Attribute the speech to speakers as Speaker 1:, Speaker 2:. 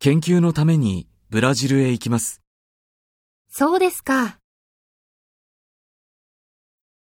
Speaker 1: 研究のためにブラジルへ行きます。
Speaker 2: そうですか。